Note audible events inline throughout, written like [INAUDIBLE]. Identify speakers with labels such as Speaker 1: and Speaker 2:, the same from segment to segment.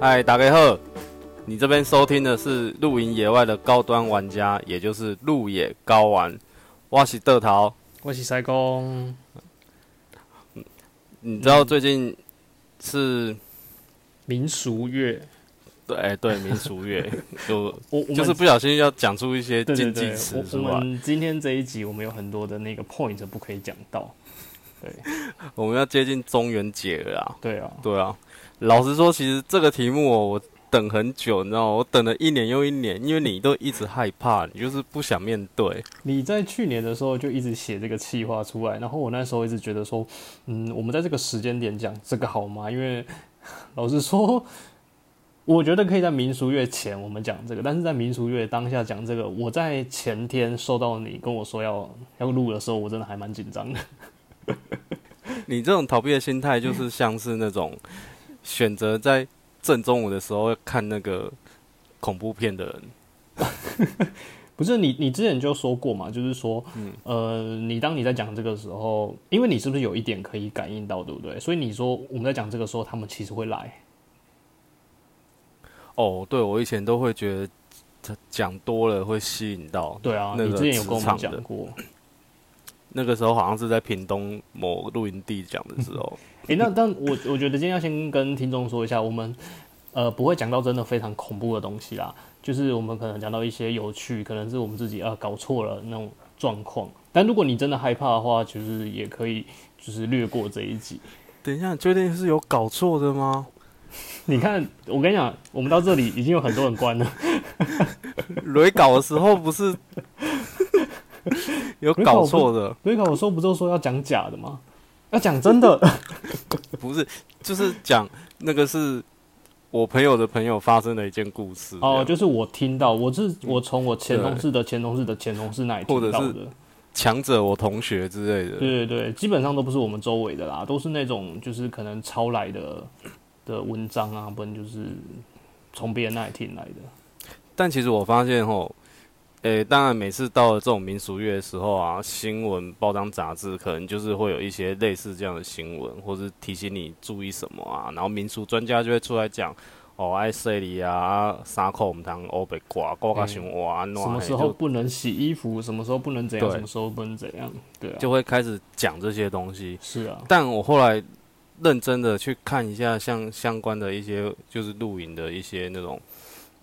Speaker 1: 嗨，大家好，你这边收听的是露营野外的高端玩家，也就是露野高玩。我是豆桃，
Speaker 2: 我是塞工，
Speaker 1: 你知道最近是
Speaker 2: 民俗乐，
Speaker 1: 对、哎对民俗
Speaker 2: [LAUGHS]
Speaker 1: 乐，有
Speaker 2: 嗯我我们
Speaker 1: 就是不小心要讲出一些
Speaker 2: 对对
Speaker 1: 禁
Speaker 2: 对
Speaker 1: 忌，词
Speaker 2: 我
Speaker 1: 出
Speaker 2: 我
Speaker 1: 来。
Speaker 2: 们今天这一集我们有很多的那个 point 不可以讲到，
Speaker 1: 我们要接近中元节了啊！
Speaker 2: 对啊，
Speaker 1: 对啊，老实说，其实这个题目、哦、我等很久，你知道吗？我等了一年又一年，因为你都一直害怕，你就是不想面对。
Speaker 2: 你在去年的时候就一直写这个企划出来，然后我那时候一直觉得说，嗯，我们在这个时间点讲这个好吗？因为老实说，我觉得可以在民俗月前我们讲这个，但是在民俗月当下讲这个，我在前天收到你跟我说要要录的时候，我真的还蛮紧张的。
Speaker 1: 你这种逃避的心态，就是像是那种选择在正中午的时候看那个恐怖片的人。
Speaker 2: 不是你，你之前就说过嘛，就是说，
Speaker 1: 嗯
Speaker 2: 呃，你当你在讲这个时候，因为你是不是有一点可以感应到，对不对？所以你说我们在讲这个时候，他们其实会来，
Speaker 1: 哦，对，我以前都会觉得讲讲多了会吸引到。
Speaker 2: 对啊，
Speaker 1: 那个
Speaker 2: 你之前有跟我们
Speaker 1: 磁场的
Speaker 2: 讲过。
Speaker 1: 那个时候好像是在屏东某露营地讲的时候，
Speaker 2: 诶、那但我我觉得今天要先跟听众说一下，我们呃不会讲到真的非常恐怖的东西啦，就是我们可能讲到一些有趣，可能是我们自己啊搞错了那种状况。但如果你真的害怕的话，就是也可以就是略过这一集。
Speaker 1: [LAUGHS] 等一下，你确定是有搞错的吗？
Speaker 2: 你看，我跟你讲，我们到这里已经有很多人关了。
Speaker 1: 雷搞的时候不 [LAUGHS] 是有搞错的，
Speaker 2: 所以我说不就说要讲假的吗？要讲
Speaker 1: [LAUGHS]
Speaker 2: 真的，
Speaker 1: 啊不是，就是讲那个是我朋友的朋友发生的一件故事
Speaker 2: 哦，
Speaker 1: 这样
Speaker 2: 就是我听到，我是我从我前同事的前同事的前同事那里
Speaker 1: 或者
Speaker 2: 听
Speaker 1: 是
Speaker 2: 到的，
Speaker 1: 强者我同学之类的。
Speaker 2: 对对对，基本上都不是我们周围的啦，都是那种就是可能抄来的的文章啊，不然就是从别人那里听来的。
Speaker 1: 但其实我发现吼，诶、当然每次到了这种民俗月的时候啊，新闻、报章、杂志可能就是会有一些类似这样的新闻，或是提醒你注意什么啊，然后民俗专家就会出来讲。哦，爱睡里啊，沙口我们堂欧被挂挂个熊哇，啊安
Speaker 2: 什么时候不能洗衣服，什么时候不能怎样，
Speaker 1: 对
Speaker 2: 什么时候不能怎样，对啊，
Speaker 1: 就会开始讲这些东西。
Speaker 2: 是啊，
Speaker 1: 但我后来认真的去看一下像相关的一些就是露营的一些那种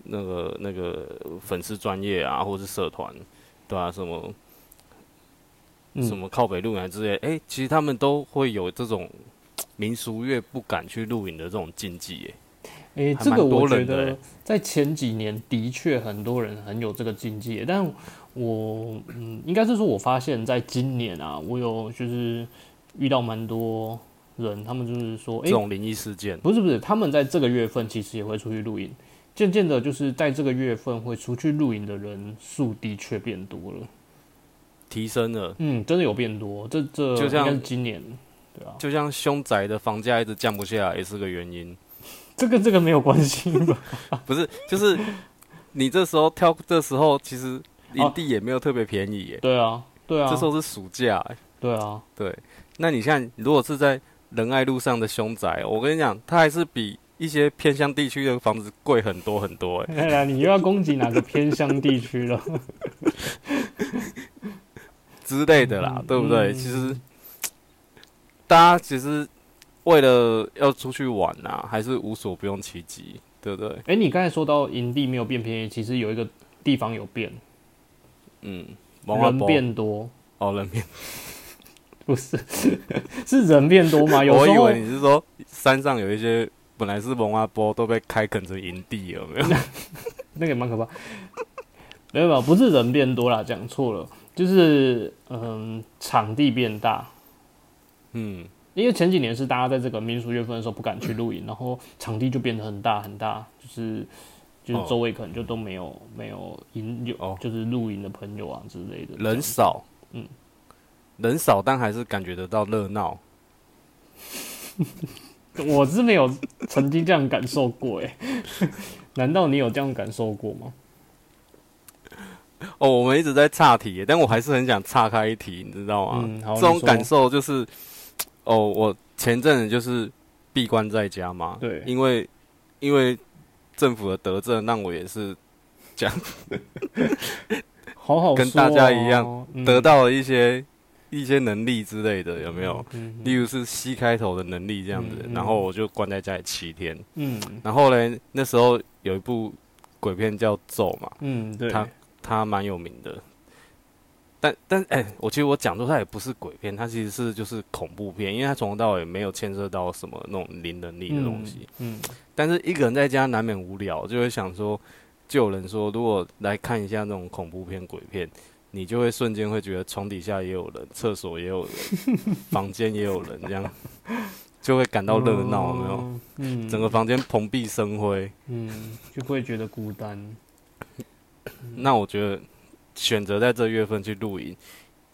Speaker 1: 那个那个粉丝专业啊，或是社团，对啊，什么、什
Speaker 2: 嗯，
Speaker 1: 么靠北露营啊之类，哎、其实他们都会有这种民俗越不敢去露营的这种禁忌、诶
Speaker 2: 诶、
Speaker 1: 还
Speaker 2: 这
Speaker 1: 蛮
Speaker 2: 个我
Speaker 1: 多
Speaker 2: 觉
Speaker 1: 人的
Speaker 2: 得
Speaker 1: 欸
Speaker 2: 在前几年的确很多人很有这个境界，但我嗯，应该是说我发现在今年啊，我有就是遇到蛮多人，他们就是说，诶、
Speaker 1: 这种灵异事件。
Speaker 2: 不是不是，他们在这个月份其实也会出去露营，渐渐的，就是在这个月份会出去露营的人数的确变多了，
Speaker 1: 提升了，
Speaker 2: 嗯，真的有变多，这这
Speaker 1: 就像
Speaker 2: 应该是今年，对啊，
Speaker 1: 就像凶宅的房价一直降不下来，也是个原因。
Speaker 2: 这跟这个没有关系吧？ [LAUGHS]
Speaker 1: 不是，就是你这时候挑这时候，其实
Speaker 2: 哦
Speaker 1: 营地也没有特别便宜耶、
Speaker 2: 对啊，对啊
Speaker 1: 这，时候是暑假、诶
Speaker 2: 对
Speaker 1: [LAUGHS]
Speaker 2: 啊，
Speaker 1: 对，那你看，如果是在仁爱路上的凶宅，我跟你讲，它还是比一些偏乡地区的房子贵很多很多、欸。
Speaker 2: 哎呀，你又要攻击哪个偏乡地区了？
Speaker 1: 之类的啦，
Speaker 2: 嗯
Speaker 1: 对不对？
Speaker 2: 嗯
Speaker 1: 其实大家其实为了要出去玩啊，还是无所不用其极，对不对？
Speaker 2: 哎、你刚才说到营地没有变便宜，其实有一个地方有变，
Speaker 1: 嗯，王阿
Speaker 2: 人
Speaker 1: 伯
Speaker 2: 变多，
Speaker 1: 哦，人变，
Speaker 2: 不是 [LAUGHS] 是人变
Speaker 1: [LAUGHS]
Speaker 2: 多吗？有
Speaker 1: 我
Speaker 2: 时
Speaker 1: 以
Speaker 2: 候
Speaker 1: 为你是说山上有一些本来是蒙阿波都被开垦成营地，有没有？ [LAUGHS]
Speaker 2: 那个蛮可怕。没有没有，不是人变多啦，讲错了，就是嗯，场地变大。
Speaker 1: 嗯，
Speaker 2: 因为前几年是大家在这个民俗月份的时候不敢去露营，然后场地就变得很大很大，就是就是
Speaker 1: 哦
Speaker 2: 周围可能就都没有、没有营有、
Speaker 1: 哦
Speaker 2: 就是露营的朋友啊之类的。
Speaker 1: 人少，
Speaker 2: 嗯，
Speaker 1: 人少，但还是感觉得到热闹。
Speaker 2: 我是没有曾经这样感受过哎、 [LAUGHS] 难道你有这样感受过吗？
Speaker 1: 哦，我们一直在岔题耶，但我还是很想岔开一题，你知道吗？
Speaker 2: 嗯好
Speaker 1: 这
Speaker 2: 你
Speaker 1: 种
Speaker 2: 说
Speaker 1: 感受就是，哦，我前阵子就是闭关在家嘛，
Speaker 2: 对
Speaker 1: 因为因为政府的德政，让我也是
Speaker 2: 好好、哦、
Speaker 1: 跟大家一
Speaker 2: 样，嗯、
Speaker 1: 得到了一些、一些能力之类的，有没有？
Speaker 2: 嗯
Speaker 1: 例如是 C 开头的能力这样子，
Speaker 2: 嗯嗯
Speaker 1: 然后我就关在家里七天。
Speaker 2: 嗯
Speaker 1: 然后嘞，那时候有一部鬼片叫《咒》嘛，
Speaker 2: 嗯，对，
Speaker 1: 他它蛮有名的。但但哎、我其实我讲出它也不是鬼片，它其实是就是恐怖片，因为它从头到尾没有牵涉到什么那种灵能力的东西。
Speaker 2: 嗯，嗯，
Speaker 1: 但是一个人在家难免无聊，就会想说，就有人说，如果来看一下那种恐怖片、鬼片，你就会瞬间会觉得床底下也有人，厕所也有人，
Speaker 2: [LAUGHS]
Speaker 1: 房间也有人，这样就会感到热闹，有没有？
Speaker 2: 有？嗯，
Speaker 1: 整个房间蓬荜生辉。
Speaker 2: 嗯就不会觉得孤单。 [LAUGHS]
Speaker 1: 那我觉得选择在这月份去露营，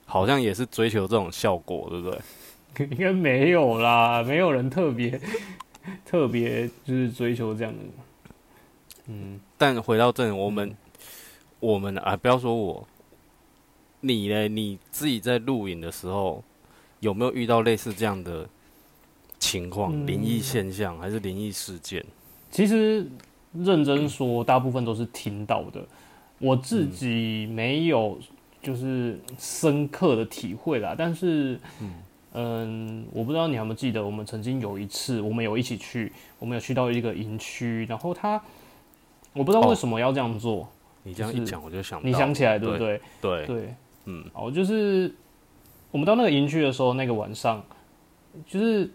Speaker 1: 好像也是追求这种效果，对不对？
Speaker 2: 应该没有啦，没有人特别特别就是追求这样的。嗯
Speaker 1: 但回到正，我们、
Speaker 2: 嗯
Speaker 1: 我们啊，不要说我，你嘞，你自己在录影的时候有没有遇到类似这样的情况？
Speaker 2: 嗯
Speaker 1: 灵异、现象还是灵异事件？，
Speaker 2: 其实认真说，大部分都是听到的，我自己没有就是深刻的体会啦。但是，嗯，我不知道你还有没有记得，我们曾经有一次，我们有一起去，我们有去到一个营区，然后他，我不知道为什么要这样做，
Speaker 1: 你这样
Speaker 2: 就
Speaker 1: 一
Speaker 2: 是
Speaker 1: 讲，我就想到
Speaker 2: 你想起来对不对？
Speaker 1: 对，
Speaker 2: 对，
Speaker 1: 嗯，
Speaker 2: 哦，就是我们到那个营区的时候，那个晚上，就是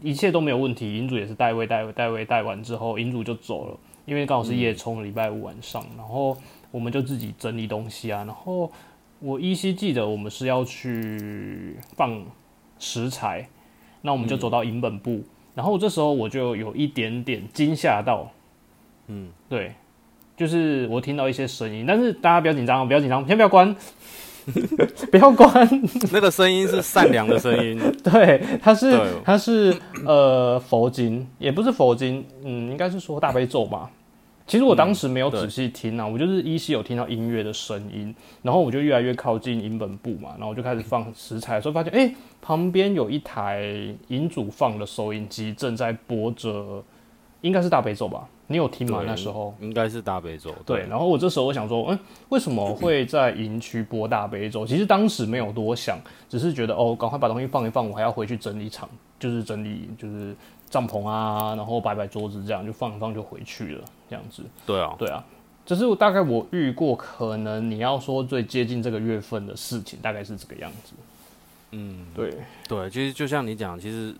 Speaker 2: 一切都没有问题，营主也是带位带位带位带完之后，营主就走了，因为刚好是
Speaker 1: 嗯
Speaker 2: 夜冲，礼拜五晚上，然后我们就自己整理东西啊，然后我依稀记得我们是要去放食材，那我们就
Speaker 1: 嗯
Speaker 2: 走到营本部，然后这时候我就有一点点惊吓到，
Speaker 1: 嗯，
Speaker 2: 对。就是我听到一些声音，但是大家不要紧张，不要紧张，先不要关， [LAUGHS] 不要关。
Speaker 1: 那个声音是善良的声
Speaker 2: [LAUGHS]
Speaker 1: 音，
Speaker 2: 对，它是
Speaker 1: 对
Speaker 2: 它是呃佛经，也不是佛经，嗯，应该是说大悲咒吧。其实我当时没有
Speaker 1: 嗯对
Speaker 2: 仔细听啊，我就是依稀有听到音乐的声音，然后我就越来越靠近营本部嘛，然后我就开始放食材的时候，发现哎、诶旁边有一台营主放的收音机正在播着，应该是大悲咒吧？你有听吗？
Speaker 1: 对
Speaker 2: 那时候
Speaker 1: 应该是大悲咒，
Speaker 2: 对，然后我这时候我想说，嗯，为什么会在营区播大悲咒？其实当时没有多想，只是觉得哦，赶快把东西放一放，我还要回去整理场，就是整理就是帐篷啊，然后摆摆桌子，这样就放一放就回去了，这样子。
Speaker 1: 对啊，
Speaker 2: 对啊，这是我大概我遇过，可能你要说最接近这个月份的事情，大概是这个样子。
Speaker 1: 嗯，
Speaker 2: 对，
Speaker 1: 对，其实就像你讲，其实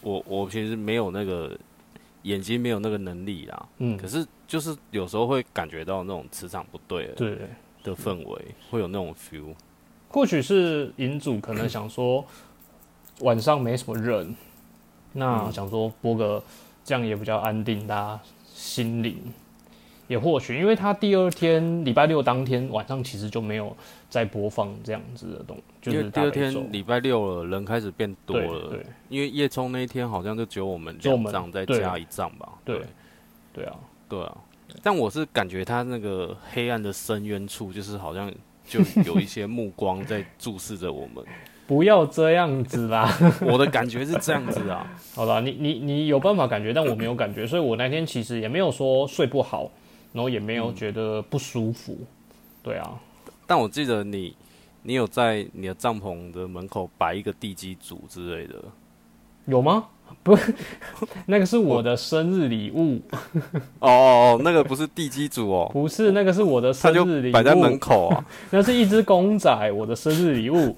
Speaker 1: 我我其实没有那个眼睛没有那个能力啦，
Speaker 2: 嗯
Speaker 1: 可，是就是有时候会感觉到那种磁场不对
Speaker 2: 对。
Speaker 1: 的氛围，会有那种 feel。
Speaker 2: 或许是银主可能想说晚上没什么人，那
Speaker 1: 嗯
Speaker 2: 想说播个这样也比较安定大家心灵。也或许，因为他第二天礼拜六当天晚上其实就没有再播放这样子的东，就
Speaker 1: 因
Speaker 2: 是
Speaker 1: 为第
Speaker 2: 大
Speaker 1: 二
Speaker 2: 悲咒
Speaker 1: 天礼拜六了，人开始变多
Speaker 2: 对
Speaker 1: 了
Speaker 2: 对。
Speaker 1: 因为夜冲那一天好像就只有我们
Speaker 2: 就我
Speaker 1: 两
Speaker 2: 们
Speaker 1: 仗再
Speaker 2: 对
Speaker 1: 加一仗吧。
Speaker 2: 对对啊，
Speaker 1: 对啊，但我是感觉他那个黑暗的深渊处，就是好像就有一些目光在注视着我们。 [LAUGHS]
Speaker 2: 不要这样子啦。
Speaker 1: 我的感觉是这样子啊，
Speaker 2: 好啦，你你你有办法感觉，但我没有感觉，所以我那天其实也没有说睡不好，然后也没
Speaker 1: 嗯
Speaker 2: 有觉得不舒服。对啊，
Speaker 1: 但我记得你，你有在你的帐篷的门口摆一个地基组之类的。
Speaker 2: 有吗？ [LAUGHS] 不，那个是我的生日礼物，
Speaker 1: 哦哦哦，那个不是地基组 [LAUGHS] 哦，
Speaker 2: 不是那个是我的
Speaker 1: 他
Speaker 2: 生
Speaker 1: 就
Speaker 2: 日礼物，
Speaker 1: 摆在门口啊。
Speaker 2: 那是一只公仔，我的生日礼物。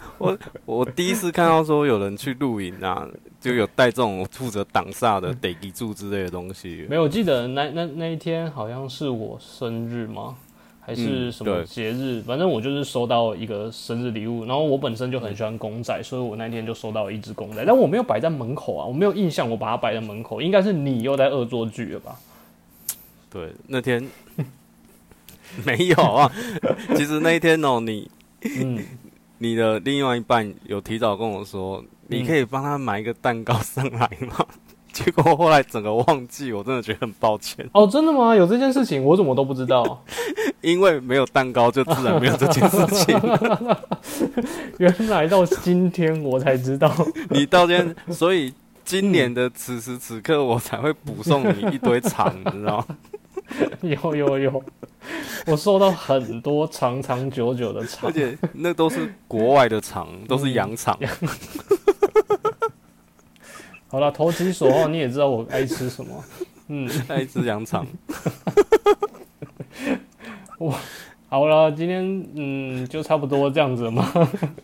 Speaker 1: 我第一次看到说有人去露营啊，就有带这种负责挡煞的得给柱之类的东西
Speaker 2: 没。有，我记得那那那一天好像是我生日吗？还是什
Speaker 1: 嗯
Speaker 2: 么
Speaker 1: 对
Speaker 2: 节日？反正我就是收到一个生日礼物，然后我本身就很喜欢公仔，所以我那天就收到了一只公仔，但我没有摆在门口啊，我没有印象我把它摆在门口，应该是你又在恶作剧了吧？
Speaker 1: 对，那 [LAUGHS] 天没有啊。其实那一天哦，你
Speaker 2: 嗯，
Speaker 1: 你的另外一半有提早跟我说，你可以帮他买一个蛋糕上来吗？ [LAUGHS] 结果后来整个忘记，我真的觉得很抱歉，
Speaker 2: 哦，真的吗？有这件事情，我怎么都不知道。
Speaker 1: 因为没有蛋糕，就自然没有这件事情。 [LAUGHS]
Speaker 2: 原来到今天我才知道，
Speaker 1: 你到今天，所以今年的此时此刻，我才会补送你一堆肠，你知道 [LAUGHS] 吗？
Speaker 2: [LAUGHS] 有有有，我收到很多长长久久的长
Speaker 1: 而，且那都是国外的厂，都是洋 [LAUGHS] 厂。
Speaker 2: 好了，投其所好，你也知道我 [LAUGHS] 爱吃什么。嗯，
Speaker 1: 爱吃羊肠，
Speaker 2: 好了，今天嗯就差不多这样子嘛。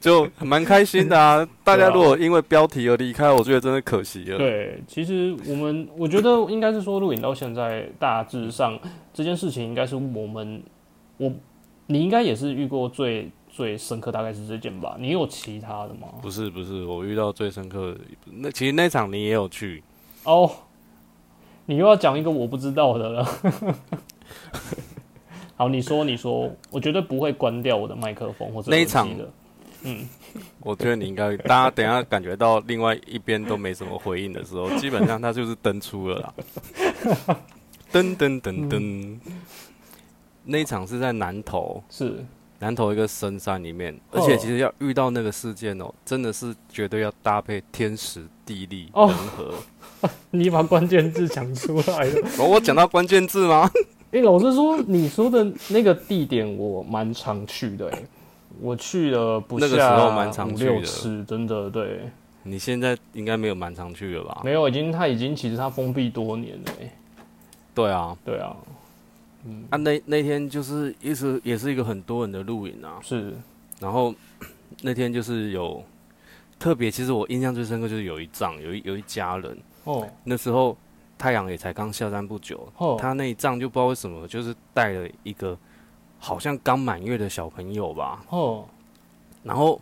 Speaker 1: 就蛮开心的啊！大家如果因为标题而离开，我觉得真的可惜了。
Speaker 2: 对，其实我们我觉得应该是说，录影到现在，大致上这件事情应该是我们我你应该也是遇过最最深刻，大概是这件吧。你有其他的吗？
Speaker 1: 不是不是，我遇到最深刻的那其实那场你也有去，
Speaker 2: 哦，你又要讲一个我不知道的了。 [LAUGHS] 好，你说，你说，我绝对不会关掉我的麦克风或者
Speaker 1: 那一
Speaker 2: 耳机
Speaker 1: 场
Speaker 2: 的。
Speaker 1: 我觉得你应该，大家等一下感觉到另外一边都没什么回应的时候，基本上它就是登出
Speaker 2: [LAUGHS]
Speaker 1: 了啦。噔噔噔
Speaker 2: 嗯
Speaker 1: 噔，那一场是在南投，
Speaker 2: 是
Speaker 1: 南投一个深山里面，而
Speaker 2: 哦
Speaker 1: 且其实要遇到那个事件哦，真的是绝对要搭配天时地利
Speaker 2: 哦
Speaker 1: 人和。
Speaker 2: 你把关键字讲出来了。
Speaker 1: [LAUGHS] 哦我讲到关键字吗？ [LAUGHS]
Speaker 2: 哎、老实说，你说的那个地点我蛮常去的、欸，我去了不下
Speaker 1: 那个时候蛮常
Speaker 2: 五
Speaker 1: 去的
Speaker 2: 六次，真的对，
Speaker 1: 你现在应该没有蛮常去了吧？
Speaker 2: 没有，已经它已经其实它封闭多年了、欸，
Speaker 1: 对啊，
Speaker 2: 对啊，嗯
Speaker 1: 啊那那天就是一直也是一个很多人的露营啊，
Speaker 2: 是
Speaker 1: 然后 [CLEARS THROAT] 那天就是有特别，其实我印象最深刻就是有一仗，有一有一家人，
Speaker 2: 哦
Speaker 1: 那时候太阳也才刚下山不久，
Speaker 2: 哦，
Speaker 1: 他那一仗就不知道为什么就是带了一个好像刚满月的小朋友吧，
Speaker 2: 哦，
Speaker 1: 然后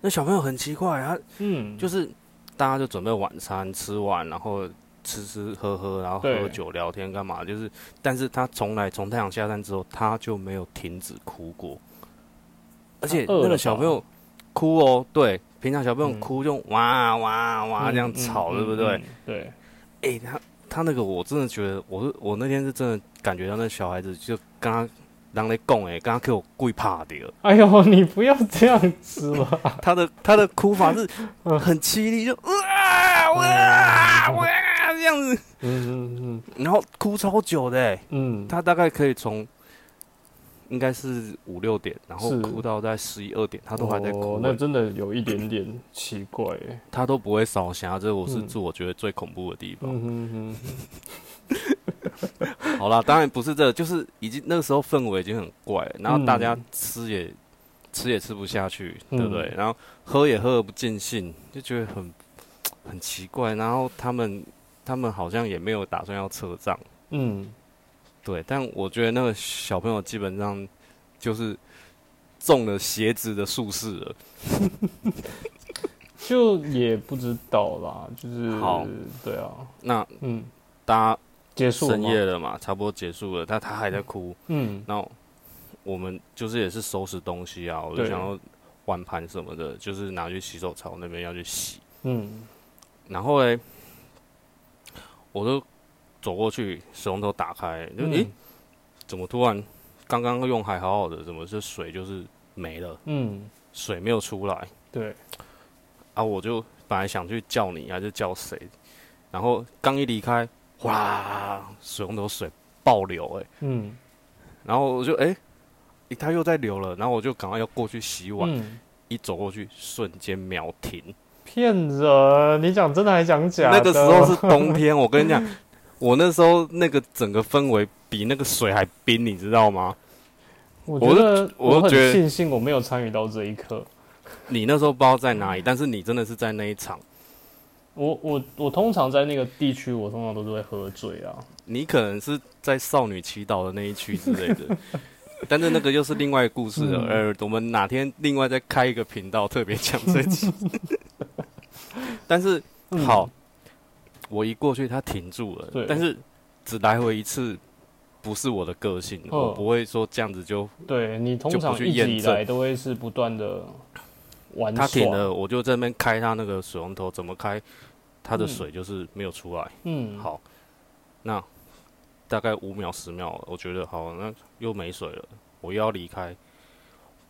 Speaker 1: 那小朋友很奇怪，他
Speaker 2: 嗯，
Speaker 1: 就是大家就准备晚餐吃完，然后吃吃喝喝，然后喝
Speaker 2: 对
Speaker 1: 酒聊天干嘛，就是，但是他从来从太阳下山之后，他就没有停止哭过，而且
Speaker 2: 他饿
Speaker 1: 那
Speaker 2: 了
Speaker 1: 个小朋友哭哦，对，平常小朋友
Speaker 2: 嗯
Speaker 1: 哭就哇哇哇
Speaker 2: 嗯
Speaker 1: 这样吵，
Speaker 2: 嗯
Speaker 1: 对不
Speaker 2: 嗯
Speaker 1: 对？
Speaker 2: 嗯对，
Speaker 1: 诶，他他那个我真的觉得，我是我那天是真的感觉到那小孩子就跟他人咧讲诶，刚刚给我跪趴掉。
Speaker 2: 哎呦， [LAUGHS] 你不要这样子了，
Speaker 1: 他的他的哭法是
Speaker 2: 嗯
Speaker 1: 很凄厉，就哇哇哇这样子，
Speaker 2: [LAUGHS] 嗯嗯
Speaker 1: 然后哭超久的欸，
Speaker 2: 嗯嗯，
Speaker 1: 他大概可以从应该是五六点，然后
Speaker 2: 是
Speaker 1: 哭到在十一二点，他都还在哭
Speaker 2: 哦
Speaker 1: 欸，
Speaker 2: 那真的有一点点奇怪、欸，
Speaker 1: 他都不会扫霞，这我是
Speaker 2: 嗯
Speaker 1: 是我觉得最恐怖的地方。
Speaker 2: 嗯哼哼哼，
Speaker 1: 好啦，当然不是这个就是已经那个时候氛围已经很怪了，然后大家吃也、吃也吃不下去，对不对？然后喝也喝得不尽兴，就觉得很很奇怪。然后他们他们好像也没有打算要撤账，
Speaker 2: 嗯，
Speaker 1: 对。但我觉得那个小朋友基本上就是中了鞋子的术士了。
Speaker 2: 就也不知道啦，就是
Speaker 1: 好
Speaker 2: 对啊，
Speaker 1: 那
Speaker 2: 嗯。
Speaker 1: 大家
Speaker 2: 结束了
Speaker 1: 深
Speaker 2: 吗
Speaker 1: 夜了嘛，差不多结束了，但他还在哭。
Speaker 2: 嗯，
Speaker 1: 那我们就是也是收拾东西啊，我就
Speaker 2: 对
Speaker 1: 想要碗盘什么的，就是拿去洗手槽那边要去洗。
Speaker 2: 嗯，
Speaker 1: 然后嘞，我就走过去，水龙头打开，就
Speaker 2: 嗯
Speaker 1: 诶、怎么突然刚刚用还好好的，怎么这水就是没了，
Speaker 2: 嗯，
Speaker 1: 水没有出来
Speaker 2: 对，
Speaker 1: 啊？我就本来想去叫你还是叫谁，然后刚一离开，哇，水龙头水爆流诶、
Speaker 2: 嗯，
Speaker 1: 然后我就哎、诶它又在流了，然后我就赶快要过去洗碗，
Speaker 2: 嗯，
Speaker 1: 一走过去瞬间秒停。
Speaker 2: 骗人！你讲真的还讲假的？
Speaker 1: 那个时候是冬天，我跟你讲，我那时候那个整个氛围比那个水还冰，你知道吗？
Speaker 2: 我觉得
Speaker 1: 我就
Speaker 2: 很
Speaker 1: 觉得
Speaker 2: 庆幸我没有参与到这一刻。
Speaker 1: 你那时候不知道在哪里，但是你真的是在那一场，
Speaker 2: 我我我通常在那个地区，我通常都是会喝醉啊。
Speaker 1: 你可能是在少女祈祷的那一区之类的。但是那个又是另外一个故事了，呃，我们哪天另外再开一个频道特别讲这集。但是
Speaker 2: 嗯
Speaker 1: 好，我一过去，它停住了
Speaker 2: 对，
Speaker 1: 但是只来回一次，不是我的个性，
Speaker 2: 哦
Speaker 1: 我不会说这样子就
Speaker 2: 对你通
Speaker 1: 就不
Speaker 2: 常
Speaker 1: 去
Speaker 2: 一直
Speaker 1: 验
Speaker 2: 以
Speaker 1: 证
Speaker 2: 来都会是不断的玩
Speaker 1: 他停
Speaker 2: 耍，
Speaker 1: 了，我就这边开他那个水龙头，怎么开，他的
Speaker 2: 嗯
Speaker 1: 水就是没有出来。
Speaker 2: 嗯，，
Speaker 1: 好，那大概五秒十秒，我觉得好，那又没水了，我又要离开，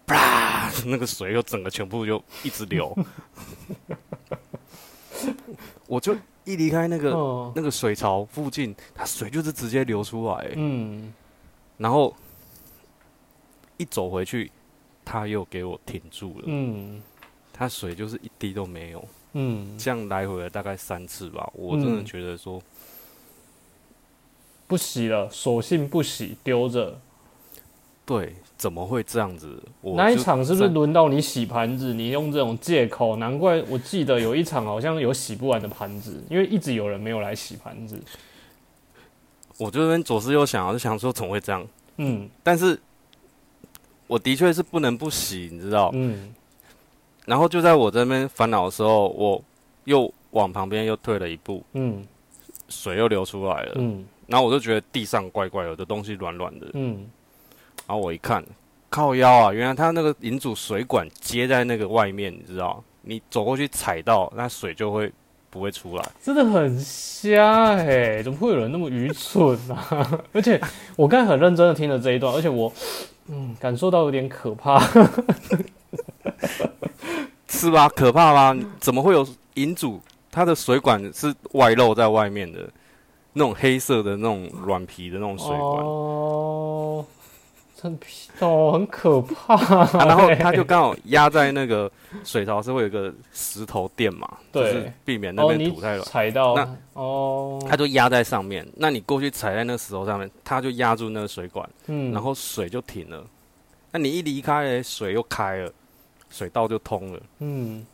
Speaker 1: 啪， [LAUGHS]
Speaker 2: [LAUGHS]
Speaker 1: 那个水又整个全部就一直流。我就一离开那个、
Speaker 2: 嗯
Speaker 1: 那个水槽附近，它水就是直接流出来、
Speaker 2: 嗯，
Speaker 1: 然后一走回去，它又给我停住了，
Speaker 2: 嗯
Speaker 1: 它水就是一滴都没有，
Speaker 2: 嗯，
Speaker 1: 这样来回了大概三次吧，我真的
Speaker 2: 嗯
Speaker 1: 觉得说，
Speaker 2: 不洗了，索性不洗，丢着。
Speaker 1: 对，怎么会这样子？我
Speaker 2: 那一
Speaker 1: 就
Speaker 2: 场是不是
Speaker 1: 在
Speaker 2: 轮到你洗盘子？你用这种借口，难怪我记得有一场好像有洗不完的盘子，因为一直有人没有来洗盘子。
Speaker 1: 我这边左思右想，我就想说怎么会这样？
Speaker 2: 嗯
Speaker 1: 但是我的确是不能不洗，你知道。
Speaker 2: 嗯
Speaker 1: 然后就在我这边烦恼的时候，我又往旁边又退了一步，
Speaker 2: 嗯
Speaker 1: 水又流出来了。
Speaker 2: 嗯
Speaker 1: 然后我就觉得地上怪怪，有的东西软软的。
Speaker 2: 嗯
Speaker 1: 然后我一看，靠腰啊，原来它那个银主水管接在那个外面，你知道，你走过去踩到，那水就会不会出来。
Speaker 2: 真的很瞎哎、怎么会有人那么愚蠢啊？ [LAUGHS] 而且我刚才很认真的听了这一段，而且我嗯感受到有点可怕。
Speaker 1: 是吧？可怕吧？
Speaker 2: 嗯
Speaker 1: 你怎么会有银主？它的水管是外露在外面的，那种黑色的那种软皮的那种水管，
Speaker 2: 哦，真皮哦，很可怕、
Speaker 1: 啊然后它就刚好压在那个水槽是会有一个石头垫嘛，就
Speaker 2: 对
Speaker 1: 是避免那
Speaker 2: 哦，
Speaker 1: 边
Speaker 2: 你
Speaker 1: 土太软，
Speaker 2: 踩到
Speaker 1: 那
Speaker 2: 哦，
Speaker 1: 它就压在上面。那你过去踩在那个石头上面，它就压住那个水管，
Speaker 2: 嗯
Speaker 1: 然后水就停了。那你一离开嘞，水又开了，水道就通了。
Speaker 2: 嗯，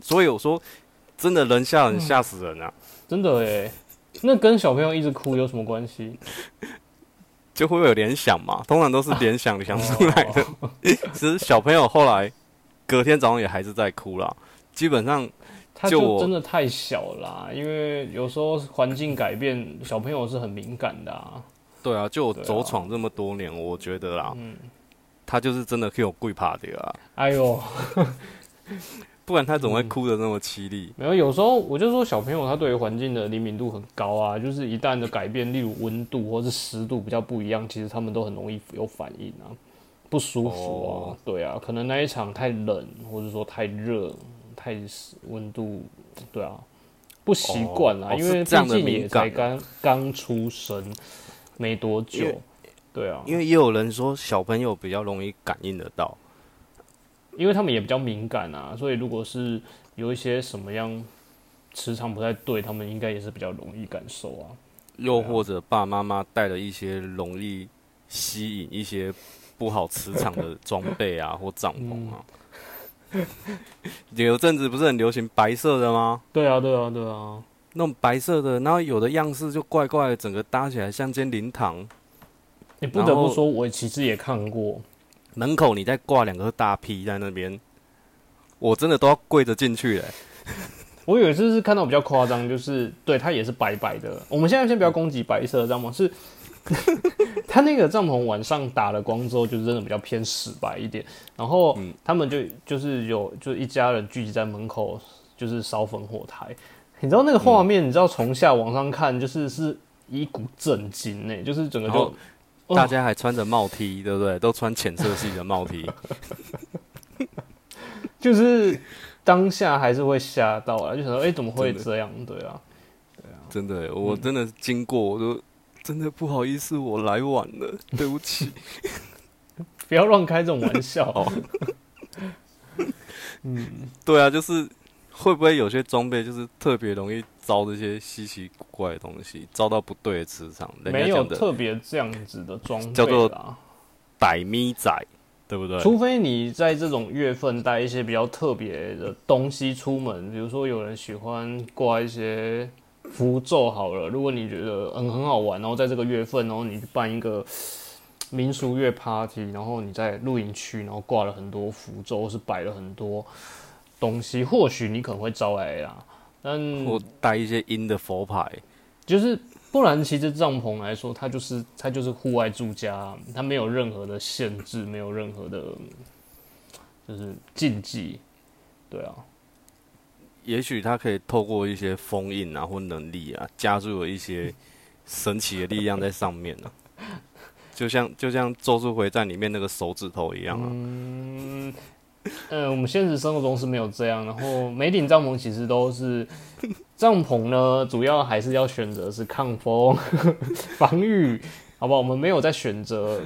Speaker 1: 所以我说，真的人吓
Speaker 2: 嗯
Speaker 1: 人，吓死人啊！
Speaker 2: 真的哎，那跟小朋友一直哭有什么关系？
Speaker 1: 就会有联想嘛，通常都是联想
Speaker 2: [LAUGHS]
Speaker 1: 想出来 [LAUGHS] 的。
Speaker 2: 哦
Speaker 1: 其实小朋友后来隔天早上也还是在哭啦，基本上
Speaker 2: 他
Speaker 1: 就
Speaker 2: 就
Speaker 1: 我
Speaker 2: 真的太小啦，因为有时候环境改变，小朋友是很敏感的啊。
Speaker 1: 对啊，就我
Speaker 2: 对啊
Speaker 1: 走闯这么多年，我觉得啦，
Speaker 2: 嗯，
Speaker 1: 他就是真的可以有跪趴的啊，
Speaker 2: 哎呦，
Speaker 1: 不然他怎么会
Speaker 2: 嗯
Speaker 1: 哭的那么凄厉？
Speaker 2: 没有，有时候我就说小朋友他对于环境的灵敏度很高啊，就是一旦的改变，例如温度或是湿度比较不一样，其实他们都很容易有反应啊，不舒服啊，
Speaker 1: 哦
Speaker 2: 对啊，可能那一场太冷，或者说太热，太湿温度，对啊，不习惯啦，
Speaker 1: 哦哦
Speaker 2: 因为
Speaker 1: 是这样
Speaker 2: 毕
Speaker 1: 的
Speaker 2: 竟也
Speaker 1: 敏感啊
Speaker 2: 才刚刚出生没多久
Speaker 1: 因为，
Speaker 2: 对啊，
Speaker 1: 因为也有人说小朋友比较容易感应得到，
Speaker 2: 因为他们也比较敏感啊，所以如果是有一些什么样磁场不太对，他们应该也是比较容易感受啊。
Speaker 1: 又或者爸爸妈妈带了一些容易吸引一些不好磁场的装备啊或帐篷啊。
Speaker 2: 嗯
Speaker 1: 有阵子不是很流行白色的吗？
Speaker 2: 对啊，对啊，对啊，
Speaker 1: 那种白色的，然后有的样式就怪怪的，整个搭起来像间灵堂。
Speaker 2: 你不得不说，我其实也看过，
Speaker 1: 门口你再挂两个大 P 在那边，我真的都要跪着进去嘞、
Speaker 2: 我有一次是看到比较夸张，就是对它也是白白的。我们现在先不要攻击白色的帐篷，是 [LAUGHS] 它那个帐篷晚上打了光之后，就真的比较偏死白一点。然后他们就就是有就一家人聚集在门口，就是烧烽火台。你知道那个画面，你知道从下往上看，就是是一股震惊呢、欸就是整个
Speaker 1: 然后
Speaker 2: 就哦
Speaker 1: 大家还穿着帽 T，对不对？都穿浅色系的帽 T，
Speaker 2: 就是当下还是会吓到啊，就想说哎、诶怎么会
Speaker 1: 真的
Speaker 2: 这样？对啊。
Speaker 1: 真的、我真的经过，我都真的不好意思，我来晚了，对不起。
Speaker 2: 不要乱开这种玩笑。
Speaker 1: [LAUGHS] 哦对啊，就是会不会有些装备就是特别容易招这些稀奇古怪的东西，招到不对的磁场？人
Speaker 2: 没
Speaker 1: 家
Speaker 2: 有
Speaker 1: 讲的
Speaker 2: 特别这样子的装备啦啊
Speaker 1: 叫做逮咪仔，对不对？
Speaker 2: 除非你在这种月份带一些比较特别的东西出门，比如说有人喜欢挂一些符咒好了。如果你觉得嗯很好玩，然后在这个月份，然后你去办一个民俗月 party，然后你在露营区，然后挂了很多符咒，或是摆了很多东西，或许你可能会招来啦。但
Speaker 1: 或带一些阴的佛牌，
Speaker 2: 就是不然，其实帐篷来说，它就是它就是户外住家，它没有任何的限制，没有任何的，嗯就是禁忌。对啊，
Speaker 1: 也许它可以透过一些封印啊或能力啊，加入了一些神奇的力量在上面呢、啊就像就像《咒术回战》里面那个手指头一样啊，
Speaker 2: 嗯，呃，我们现实生活中是没有这样。然后每顶帐篷其实
Speaker 1: [LAUGHS]
Speaker 2: 都是帐篷呢，主要还是要选择是抗风、 [LAUGHS] 防雨，好不好？我们没有在选择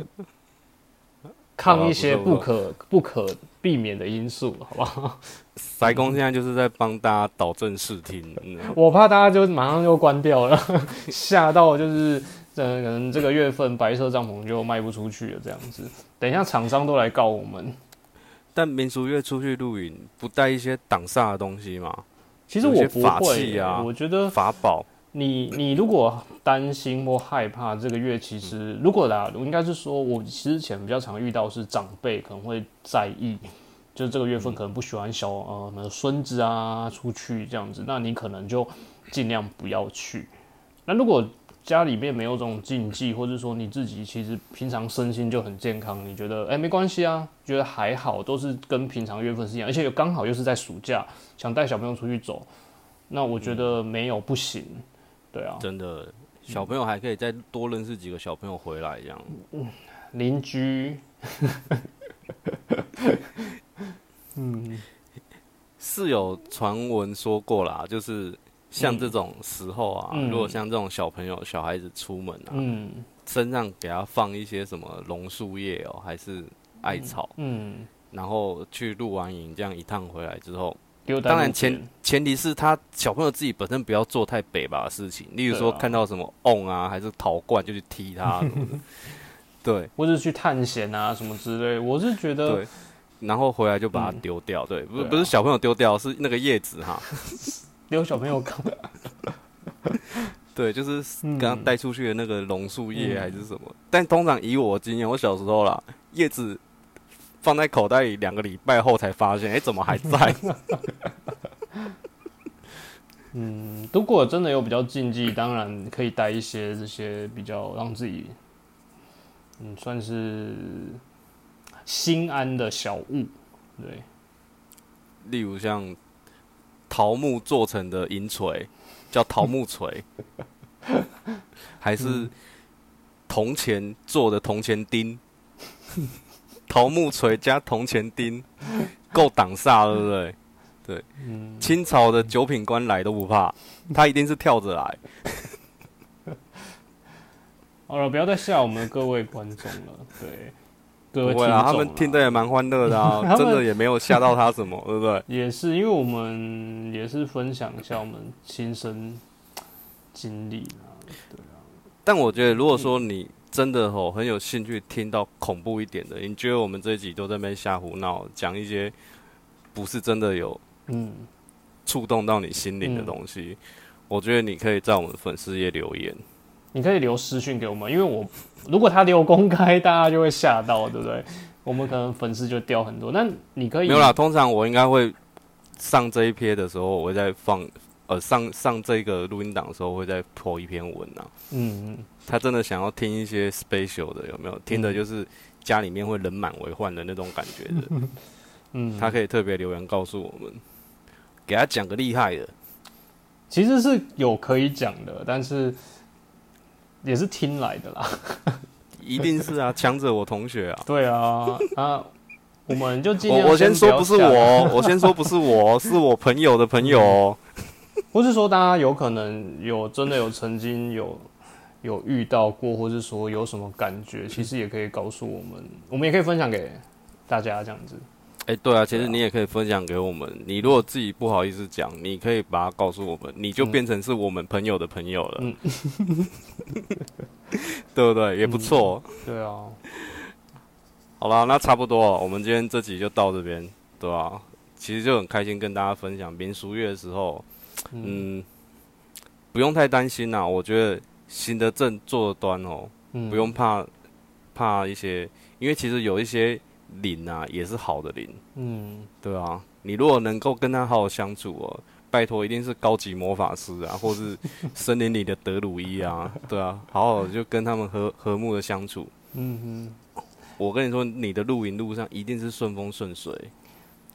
Speaker 1: 好
Speaker 2: 抗
Speaker 1: 啊
Speaker 2: 一些
Speaker 1: 不错
Speaker 2: 不
Speaker 1: 不
Speaker 2: 可不可避免的因素，好不好？
Speaker 1: 塞工现在就是在帮大家导正视听，嗯，
Speaker 2: 我怕大家就马上就关掉了， [LAUGHS] 吓到就是。呃，可能这个月份白色帐篷就卖不出去了，这样子。等一下厂商都来告我们。
Speaker 1: 但民俗月出去露营不带一些挡煞的东西嘛，
Speaker 2: 其实
Speaker 1: 有
Speaker 2: 我
Speaker 1: 些
Speaker 2: 不
Speaker 1: 法
Speaker 2: 会
Speaker 1: 器
Speaker 2: 欸、
Speaker 1: 啊
Speaker 2: 我觉得
Speaker 1: 法宝
Speaker 2: 你你如果担心或害怕这个月，其实如果啦，我应该是说，我之前比较常遇到是长辈可能会在意，就是这个
Speaker 1: 嗯
Speaker 2: 月份可能不喜欢小呃什么孙子啊出去这样子，那你可能就尽量不要去。那如果家里面没有这种禁忌，或者说你自己其实平常身心就很健康，你觉得哎、没关系啊，觉得还好，都是跟平常月份是一样，而且又刚好又是在暑假，想带小朋友出去走，那我觉
Speaker 1: 嗯
Speaker 2: 得没有不行。对啊，
Speaker 1: 真的。小朋友还可以再多认识几个小朋友回来，这样
Speaker 2: 嗯邻居，嗯，
Speaker 1: 是有传闻说过啦，就是像这种时候啊，
Speaker 2: 嗯
Speaker 1: 如果像这种小朋友、小孩子出门啊，
Speaker 2: 嗯
Speaker 1: 身上给他放一些什么榕树叶哦，还是艾草，
Speaker 2: 嗯，
Speaker 1: 然后去露完营这样一趟回来之后，
Speaker 2: 丢在
Speaker 1: 当然
Speaker 2: 路边
Speaker 1: 前前提是他小朋友自己本身不要做太北吧的事情，例如说
Speaker 2: 对啊
Speaker 1: 看到什么瓮啊，还是陶罐就去踢他什么
Speaker 2: [LAUGHS]
Speaker 1: 的对
Speaker 2: 或者去探险啊什么之类，我是觉得
Speaker 1: 对，然后回来就把它
Speaker 2: 嗯
Speaker 1: 丢掉，对，不是
Speaker 2: 对啊
Speaker 1: 不是小朋友丢掉，是那个叶子哈，
Speaker 2: 留小朋友 [LAUGHS] 看，
Speaker 1: [LAUGHS] 对，就是
Speaker 2: 嗯
Speaker 1: 刚刚带出去的那个榕树叶
Speaker 2: 嗯
Speaker 1: 还是什么，但通常以我经验，我小时候啦，叶子放在口袋里两个礼拜后才发现，哎、怎么还在？
Speaker 2: 嗯，如果真的有比较禁忌，当然可以带一些这些比较让自己，嗯，算是心安的小物，对，
Speaker 1: 例如像桃木做成的银锤，叫桃木
Speaker 2: [LAUGHS]
Speaker 1: 锤，还是铜钱做的铜钱钉，桃木锤加铜钱钉，够挡煞了，对不对？
Speaker 2: 嗯，
Speaker 1: 清朝的九品官来都不怕，他一定是跳着来。
Speaker 2: 好了，不要再吓我们各位观众了，对，各位
Speaker 1: 不
Speaker 2: 听
Speaker 1: 会啦，
Speaker 2: 啊众
Speaker 1: 他
Speaker 2: 啦，
Speaker 1: 们听得也蛮欢乐的啊，
Speaker 2: [LAUGHS] 他们
Speaker 1: 真的也没有吓到他什么，对不对？
Speaker 2: 也是，因为我们也是分享一下我们亲身经历啊。
Speaker 1: 但我觉得，如果说
Speaker 2: 嗯
Speaker 1: 你真的吼很有兴趣听到恐怖一点的，你觉得我们这一集都在那边瞎胡闹，讲一些不是真的有
Speaker 2: 嗯，
Speaker 1: 触动到你心灵的
Speaker 2: 嗯
Speaker 1: 东西，我觉得你可以在我们粉丝页留言。
Speaker 2: 你可以留私讯给我们，因为我如果他留公开，大家就会吓到，对不对？我们可能粉丝就掉很多。那你可
Speaker 1: 没
Speaker 2: 以
Speaker 1: 有啦，通常我应该会上这一篇的时候，我会再放呃上上这个录音档的时候，会再 po 一篇文啊。
Speaker 2: 嗯，嗯，
Speaker 1: 他真的想要听一些 special 的，有没有？听的就是家里面会人满为患的那种感觉的，
Speaker 2: 嗯
Speaker 1: 他可以特别留言告诉我们，给他讲个厉害的。
Speaker 2: 其实是有可以讲的，但是也是听来的啦。
Speaker 1: 一定是啊，强者我同学啊。
Speaker 2: [LAUGHS] 对啊，啊，我们就 [LAUGHS] 尽量
Speaker 1: 我我先说
Speaker 2: 不要
Speaker 1: 不是
Speaker 2: 吓
Speaker 1: 我
Speaker 2: 到
Speaker 1: 哦， [LAUGHS] 我先说不是我哦，是我朋友的朋友哦。
Speaker 2: 嗯或是说大家有可能有真的有曾经有有遇到过，或是说有什么感觉，其实也可以告诉我们，我们也可以分享给大家这样子。
Speaker 1: 哎、对啊，其实
Speaker 2: 对啊
Speaker 1: 你也可以分享给我们。你如果自己不好意思讲，你可以把它告诉我们，你就
Speaker 2: 嗯
Speaker 1: 变成是我们朋友的朋友了，
Speaker 2: 嗯
Speaker 1: [LAUGHS] 对不对？也不错。
Speaker 2: 对啊，
Speaker 1: 好啦，那差不多哦，我们今天这集就到这边，对吧、其实就很开心跟大家分享民俗月的时候，
Speaker 2: 嗯
Speaker 1: 嗯，不用太担心啦。我觉得行得正，坐得端哦，
Speaker 2: 嗯
Speaker 1: 不用怕怕一些，因为其实有一些灵啊也是好的灵，
Speaker 2: 嗯，
Speaker 1: 对啊，你如果能够跟他好好相处哦，拜托一定是高级魔法师啊，或是森林里的德鲁伊啊，对啊，好好地就跟他们和和睦的相处。
Speaker 2: 嗯嗯，
Speaker 1: 我跟你说，你的露营路上一定是顺风顺水。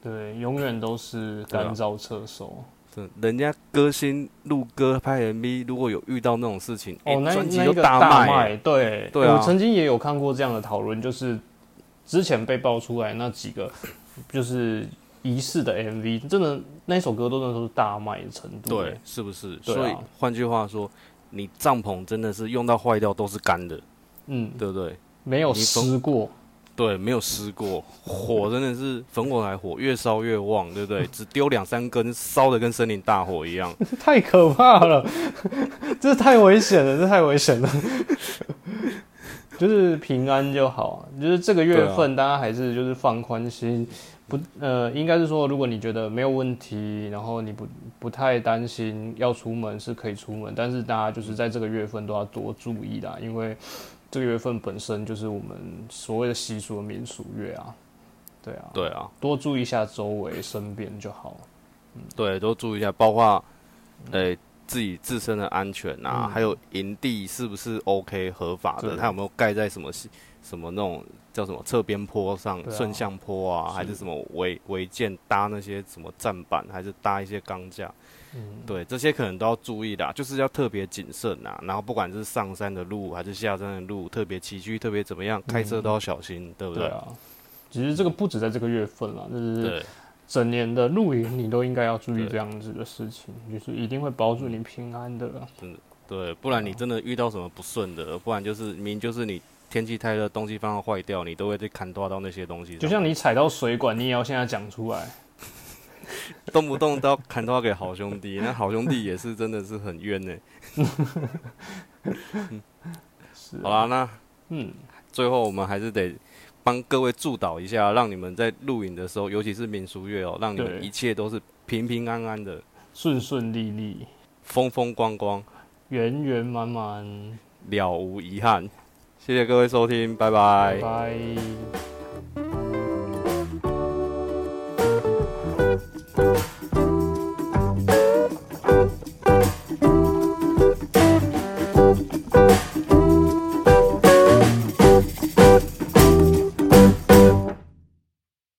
Speaker 2: 对，永远都是
Speaker 1: 啊
Speaker 2: 干燥车手。
Speaker 1: 真的人家歌星录歌拍 MV，如果有遇到那种事情，
Speaker 2: 哦，
Speaker 1: 诶
Speaker 2: 那
Speaker 1: 专辑
Speaker 2: 那
Speaker 1: 就
Speaker 2: 一个大
Speaker 1: 卖、
Speaker 2: 卖，对，
Speaker 1: 对啊
Speaker 2: 我曾经也有看过这样的讨论，就是之前被爆出来那几个就是仪式的 MV，真的那一首歌都能说是大卖的程度。
Speaker 1: 对，，是不是？
Speaker 2: 对啊
Speaker 1: 所以换句话说，你帐篷真的是用到坏掉都是干的，
Speaker 2: 嗯，
Speaker 1: 对不对？
Speaker 2: 没有
Speaker 1: 你从
Speaker 2: 湿过，
Speaker 1: 对，没有湿过，火真的是焚火柴火，越烧越旺，对不
Speaker 2: [LAUGHS]
Speaker 1: 对？只丢两三根，烧的跟森林大火一样。
Speaker 2: 太可怕了， [LAUGHS] 这太危险了，这太危险了。就是平安就好，啊就是这个月份大家还是就是放宽心，不呃，应该是说，如果你觉得没有问题，然后你不不太担心要出门是可以出门，但是大家就是在这个月份都要多注意啦，因为这个月份本身就是我们所谓的习俗的民俗月啊，对啊，
Speaker 1: 对啊，
Speaker 2: 多注意一下周围身边就好。
Speaker 1: 对，都注意一下，包括呃自己自身的安全啊，
Speaker 2: 嗯
Speaker 1: 还有营地是不是 OK 合法的，
Speaker 2: 对
Speaker 1: 它有没有盖在什么西什么那种叫什么侧边坡上、
Speaker 2: 对啊
Speaker 1: 顺向坡啊，还是
Speaker 2: 是
Speaker 1: 什么违违建搭那些什么站板，还是搭一些钢架？
Speaker 2: 嗯，
Speaker 1: 对，这些可能都要注意啦，就是要特别谨慎啊。然后不管是上山的路还是下山的路，特别崎岖，特别怎么样，开车都要小心，对不
Speaker 2: 嗯对
Speaker 1: 对？
Speaker 2: 啊，其实这个不止在这个月份啦，就是
Speaker 1: 对
Speaker 2: 整年的露营，你都应该要注意
Speaker 1: 对
Speaker 2: 这样子的事情，就是一定会保住你平安的啦。
Speaker 1: 对，不
Speaker 2: 啊
Speaker 1: 然你真的遇到什么不顺的，不然就是明明就是你天气太热，东西放到坏掉，你都会去砍断到那些东西上，
Speaker 2: 就像你踩到水管，你也要现在讲出来。
Speaker 1: 动不动都要砍断给好兄弟，那好兄弟也是真的是很冤呢、
Speaker 2: 是啊
Speaker 1: 好啦，那
Speaker 2: 嗯，
Speaker 1: 最后我们还是得帮各位祝祷一下，让你们在露营的时候，尤其是民俗月哦，让你们
Speaker 2: 对
Speaker 1: 一切都是平平安安的，
Speaker 2: 顺顺利利，
Speaker 1: 风风光光。
Speaker 2: 圆圆满满，
Speaker 1: 了无遗憾。谢谢各位收听，拜拜
Speaker 2: 拜。拜。